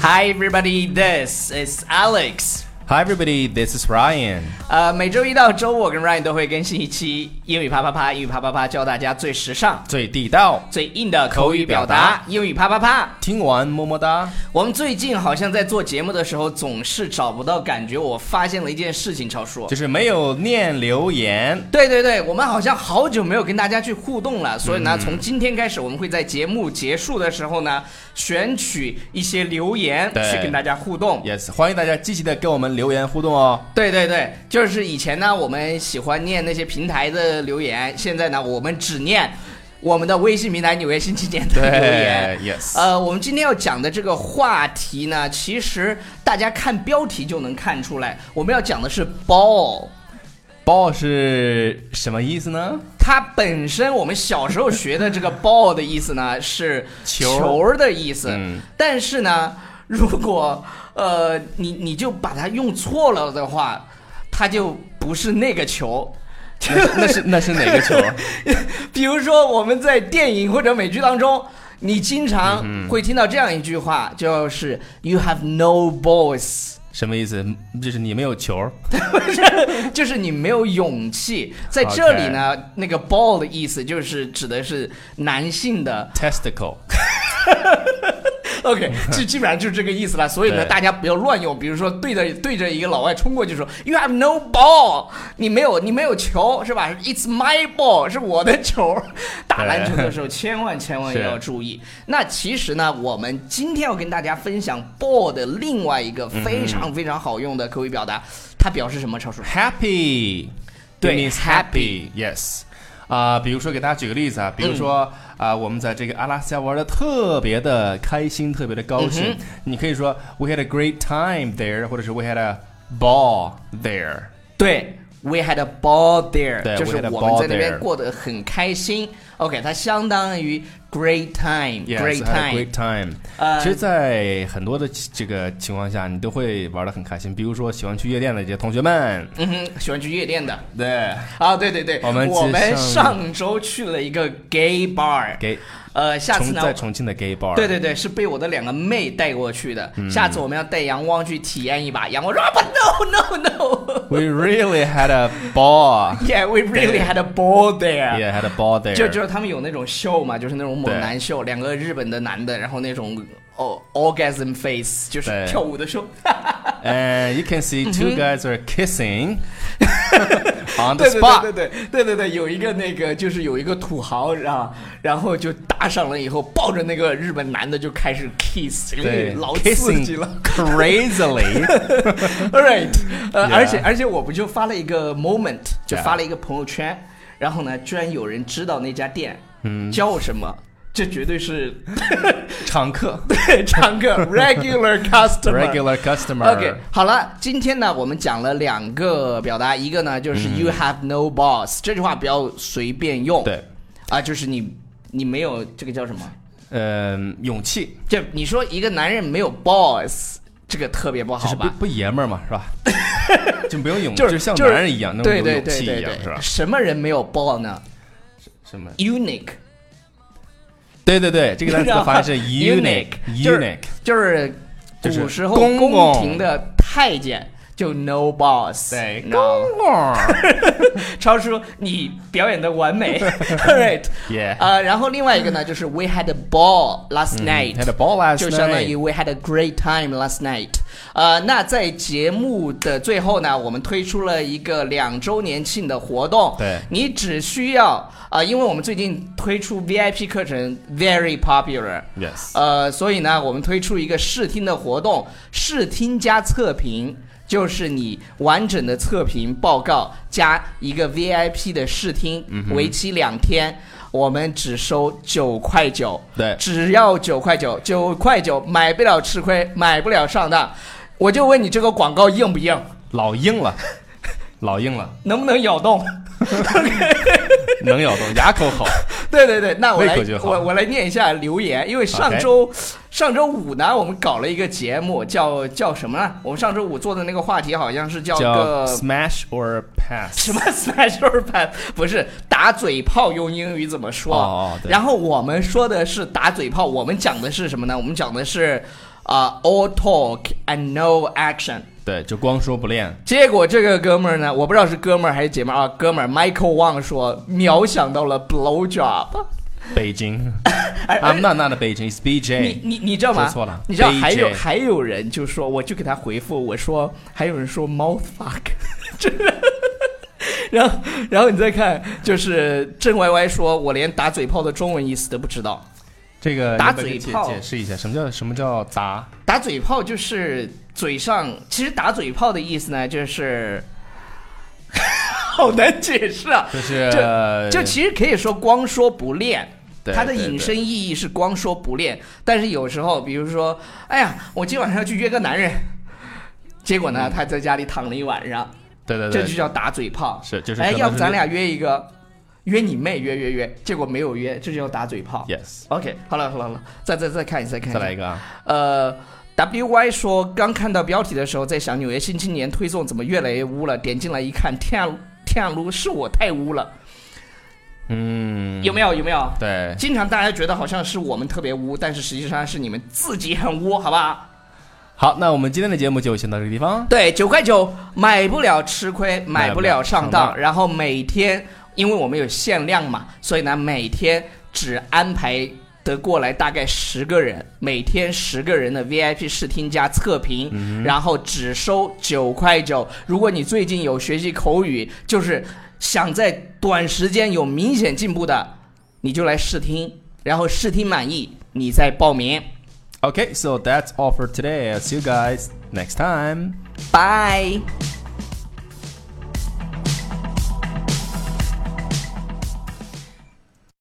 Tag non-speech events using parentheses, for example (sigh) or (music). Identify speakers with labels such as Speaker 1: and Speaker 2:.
Speaker 1: Hi everybody, this is Alex.
Speaker 2: Hi everybody, this is Ryan。
Speaker 1: 呃，每周一到周五，我跟 Ryan 都会更新一期英语啪啪啪，英语啪啪啪，教大家最时尚、
Speaker 2: 最地道，
Speaker 1: 最硬的口语表达。英语啪啪啪。
Speaker 2: 听完么么哒。
Speaker 1: 我们最近好像在做节目的时候，总是找不到感觉。我发现了一件事情，超叔
Speaker 2: 就。是没有念留言，
Speaker 1: 对对对，我们好像好久没有跟大家去互动了，所以呢，从今天开始，我们会在节目结束的时候呢，选取一些留言
Speaker 2: 对
Speaker 1: 去跟大家互动。
Speaker 2: 也、yes, 欢迎大家积极的跟我们留言互动哦。
Speaker 1: 对对对，就是以前呢，我们喜欢念那些平台的留言，现在呢，我们只念我们的微信平台《纽约新青年》的
Speaker 2: 对
Speaker 1: 留言。
Speaker 2: ，yes，、
Speaker 1: 呃，我们今天要讲的这个话题呢，其实大家看标题就能看出来，我们要讲的是 ball。
Speaker 2: ball 是什么意思呢？
Speaker 1: 它本身我们小时候学的这个 (laughs) ball 的意思呢是
Speaker 2: 球
Speaker 1: 儿的意思，
Speaker 2: 嗯
Speaker 1: 但是呢，如果呃你你就把它用错了的话，它就不是那个球。
Speaker 2: 那是那是那是哪个球？
Speaker 1: (laughs) 比如说我们在电影或者美剧当中，你经常会听到这样一句话，就是 “You have no (laughs) balls”，
Speaker 2: 什么意思？就是你没有球。
Speaker 1: 就是你没有勇气。在这里呢那个 “ball” 的意思就是指的是男性的
Speaker 2: testicle。
Speaker 1: OK，这基本上就是这个意思了。所以呢，
Speaker 2: 对
Speaker 1: 大家不要乱用，比如说对着对着一个老外冲过去说 “You have no ball”，你没有你没有球是吧？It's my ball，是我的球。打篮球的时候千万千万要注意。那其实呢，我们今天要跟大家分享 “ball” 的另外一个非常非常好用的口语表达，它表示什么？超叔
Speaker 2: Happy，
Speaker 1: 对
Speaker 2: It means
Speaker 1: happy
Speaker 2: happy，yes。啊、比如说给大家举个例子啊，比如说
Speaker 1: 嗯
Speaker 2: 啊、我们在这个阿拉斯加玩的特别的开心，特别的高
Speaker 1: 嗯
Speaker 2: 兴，你可以说 We had a great time there，或者是 We had a ball there。
Speaker 1: 对。We had a ball there，
Speaker 2: 对
Speaker 1: 就
Speaker 2: we
Speaker 1: 是
Speaker 2: had a
Speaker 1: 我们在那
Speaker 2: ball
Speaker 1: 边
Speaker 2: there
Speaker 1: 过得很开心。OK，它相当于 great time，great
Speaker 2: Yes，had
Speaker 1: time，
Speaker 2: a great time。
Speaker 1: 呃
Speaker 2: 其实，在很多的这个情况下，你都会玩的很开心。比如说，喜欢去夜店的这些同学们，
Speaker 1: 嗯哼， (laughs) 喜欢去夜店的
Speaker 2: 对，
Speaker 1: 啊，对对对，
Speaker 2: 我们
Speaker 1: 我们
Speaker 2: 这上
Speaker 1: 上周去了一个 gay bar，
Speaker 2: 给
Speaker 1: 呃，下次
Speaker 2: 重在
Speaker 1: 呢，
Speaker 2: 重庆的 gay bar。
Speaker 1: 对对对，是被我的两个妹带过去的，
Speaker 2: 嗯
Speaker 1: 下次我们要带阳光去体验一把。阳光说啊不，no no (laughs) no，yeah
Speaker 2: ，We really had a
Speaker 1: (laughs)
Speaker 2: ball。
Speaker 1: we really had a ball there。
Speaker 2: Yeah, had a ball there.
Speaker 1: 就就是他们有那种秀嘛，就是那种猛男秀，两个日本的男的，然后那种哦 orgasm face，就是
Speaker 2: 对
Speaker 1: 跳舞的时候，
Speaker 2: And you can see two guys are kissing
Speaker 1: (laughs)
Speaker 2: on
Speaker 1: Mm-hmm. 对
Speaker 2: the
Speaker 1: 对
Speaker 2: spot.
Speaker 1: 对对对对对对，有一个那个就是有一个土豪啊，然后就搭上了以后，抱着那个日本男的就开始 kiss，哎
Speaker 2: 对
Speaker 1: 老刺激了
Speaker 2: ，kissing。crazily，
Speaker 1: (laughs) All right，呃
Speaker 2: Yeah
Speaker 1: 而且而且我不就发了一个 moment，就
Speaker 2: Yeah
Speaker 1: 发了一个朋友圈然后呢，居然有人知道那家店，
Speaker 2: 嗯
Speaker 1: 叫什么。这绝对是 (laughs)
Speaker 2: 常客
Speaker 1: 对常
Speaker 2: (laughs)
Speaker 1: 客 regular customer。
Speaker 2: ，regular customer。
Speaker 1: OK，好了，今天呢，我们讲了两个表达，一个呢就是 “you have no balls”、这句话不要随便用。
Speaker 2: 嗯对，
Speaker 1: 啊，就是你你没有这个叫什么？
Speaker 2: 嗯，勇气，
Speaker 1: 就你说一个男人没有 balls，这个特别不
Speaker 2: 就是
Speaker 1: 好
Speaker 2: 不
Speaker 1: 吧？
Speaker 2: 不爷们儿嘛，是
Speaker 1: (laughs)
Speaker 2: 吧？就没有勇，
Speaker 1: 就是
Speaker 2: 像
Speaker 1: 就是
Speaker 2: 男人一样，那种
Speaker 1: 对
Speaker 2: 有
Speaker 1: 对
Speaker 2: 勇
Speaker 1: 对
Speaker 2: 气一
Speaker 1: 对
Speaker 2: 样，是吧
Speaker 1: 对，？什么人没有 ball 呢
Speaker 2: 什么？
Speaker 1: ？Unique，
Speaker 2: 对对对，
Speaker 1: (laughs)
Speaker 2: 这个单词的发音是
Speaker 1: Eunuch，就是
Speaker 2: ，unique，unique。
Speaker 1: 就是
Speaker 2: 就是
Speaker 1: 古时候
Speaker 2: 公公
Speaker 1: 宫廷的太监就 no balls，
Speaker 2: 对，
Speaker 1: no。
Speaker 2: 公公
Speaker 1: 超叔，你表演的完
Speaker 2: (laughs)
Speaker 1: 美，all right。
Speaker 2: ，yeah。嗯
Speaker 1: 呃，然后另外一个呢，就是 we had a ball last night，、
Speaker 2: Had a ball last
Speaker 1: 就相当于
Speaker 2: night.
Speaker 1: we had a great time last night。呃，那在节目的最后呢，我们推出了一个两周年庆的活动。
Speaker 2: 对
Speaker 1: 你只需要啊、呃因为我们最近推出 VIP 课程 very popular，
Speaker 2: yes。
Speaker 1: 呃，所以呢，我们推出一个试听的活动，试听加测评，就是你完整的测评报告加一个 VIP 的试听，
Speaker 2: 嗯
Speaker 1: 为期两天。我们只收九块九，
Speaker 2: 对
Speaker 1: 只要九块九，九块九买不了吃亏，买不了上当。我就问你，这个广告硬不硬？
Speaker 2: 老硬了，老硬了，
Speaker 1: 能不能咬动？ (laughs)
Speaker 2: 能咬动，牙口好。
Speaker 1: 对对对，那我来
Speaker 2: 胃口就好
Speaker 1: 我我来念一下留言，因为上周上周五呢，我们搞了一个节目，叫叫什么呢？我们上周五做的那个话题好像是叫
Speaker 2: 叫
Speaker 1: 个
Speaker 2: smash or pass。
Speaker 1: 什么 (laughs) special p a 不是打嘴炮用英语怎么说？
Speaker 2: 哦哦对
Speaker 1: 然后我们说的是打嘴炮，我们讲的是什么呢？我们讲的是啊、all talk and no action。
Speaker 2: 对，就光说不练。
Speaker 1: 结果这个哥们儿呢，我不知道是哥们儿还是姐们儿啊，哥们儿 Michael Wang 说，秒想到了 blow job。(laughs)
Speaker 2: 北京
Speaker 1: 哎
Speaker 2: ，I'm not not a Beijing，it's
Speaker 1: 你
Speaker 2: BJ。
Speaker 1: 你你知道吗？
Speaker 2: 说哎错了
Speaker 1: 你知道
Speaker 2: BJ
Speaker 1: 还有还有人就说，我就给他回复我说，还有人说 mouth fuck，真的。然后然后你再看，就是郑歪歪说，我连打嘴炮的中文意思都不知道。
Speaker 2: 这个
Speaker 1: 打
Speaker 2: 你们给
Speaker 1: 嘴
Speaker 2: 解
Speaker 1: 炮
Speaker 2: 解释一下，什么叫什么叫砸？
Speaker 1: 打嘴炮就是嘴上，其实打嘴炮的意思呢，就是 (laughs) 好难解释啊。
Speaker 2: 就是
Speaker 1: 就其实可以说光说不练。
Speaker 2: 对
Speaker 1: 它的
Speaker 2: 对
Speaker 1: 引
Speaker 2: 对
Speaker 1: 申意义是光说不练，但是有时候，比如说，哎呀，我今晚上要去约个男人，结果
Speaker 2: 嗯
Speaker 1: 呢，他在家里躺了一晚上，
Speaker 2: 对对
Speaker 1: 这就
Speaker 2: 对，
Speaker 1: 叫打嘴炮。
Speaker 2: 是呃就是
Speaker 1: 哎，
Speaker 2: 可能
Speaker 1: 要不
Speaker 2: 是
Speaker 1: 咱俩约一个，约你妹，约约约，结果没有约，这就叫打嘴炮。
Speaker 2: yes，
Speaker 1: OK，好了好了好了，再再再看一下，再看一
Speaker 2: 再
Speaker 1: 下
Speaker 2: 来一。个啊，
Speaker 1: 呃，WY 说刚看到标题的时候，在想《纽约新青年》推送怎么越来越污了，点进来一看，天啊天啊撸，是我太污了，
Speaker 2: 嗯，
Speaker 1: 有没有有没有？
Speaker 2: 对，
Speaker 1: 经常大家觉得好像是我们特别污，但是实际上是你们自己很污，好吧？
Speaker 2: 好，那我们今天的节目就先到这个地方。
Speaker 1: 对，九块九买不了吃亏，买不了上
Speaker 2: 买不了
Speaker 1: 当
Speaker 2: 上。
Speaker 1: 然后每天，因为我们有限量嘛，所以呢，每天只安排得过来大概十个人，每天十个人的 VIP 试听加测评，然后只收九块九。如果你最近有学习口语，就是想在短时间有明显进步的，你就来试听，然后试听满意，你再报名。
Speaker 2: Okay, so that's all for today. I'll see you guys next time.
Speaker 1: 拜。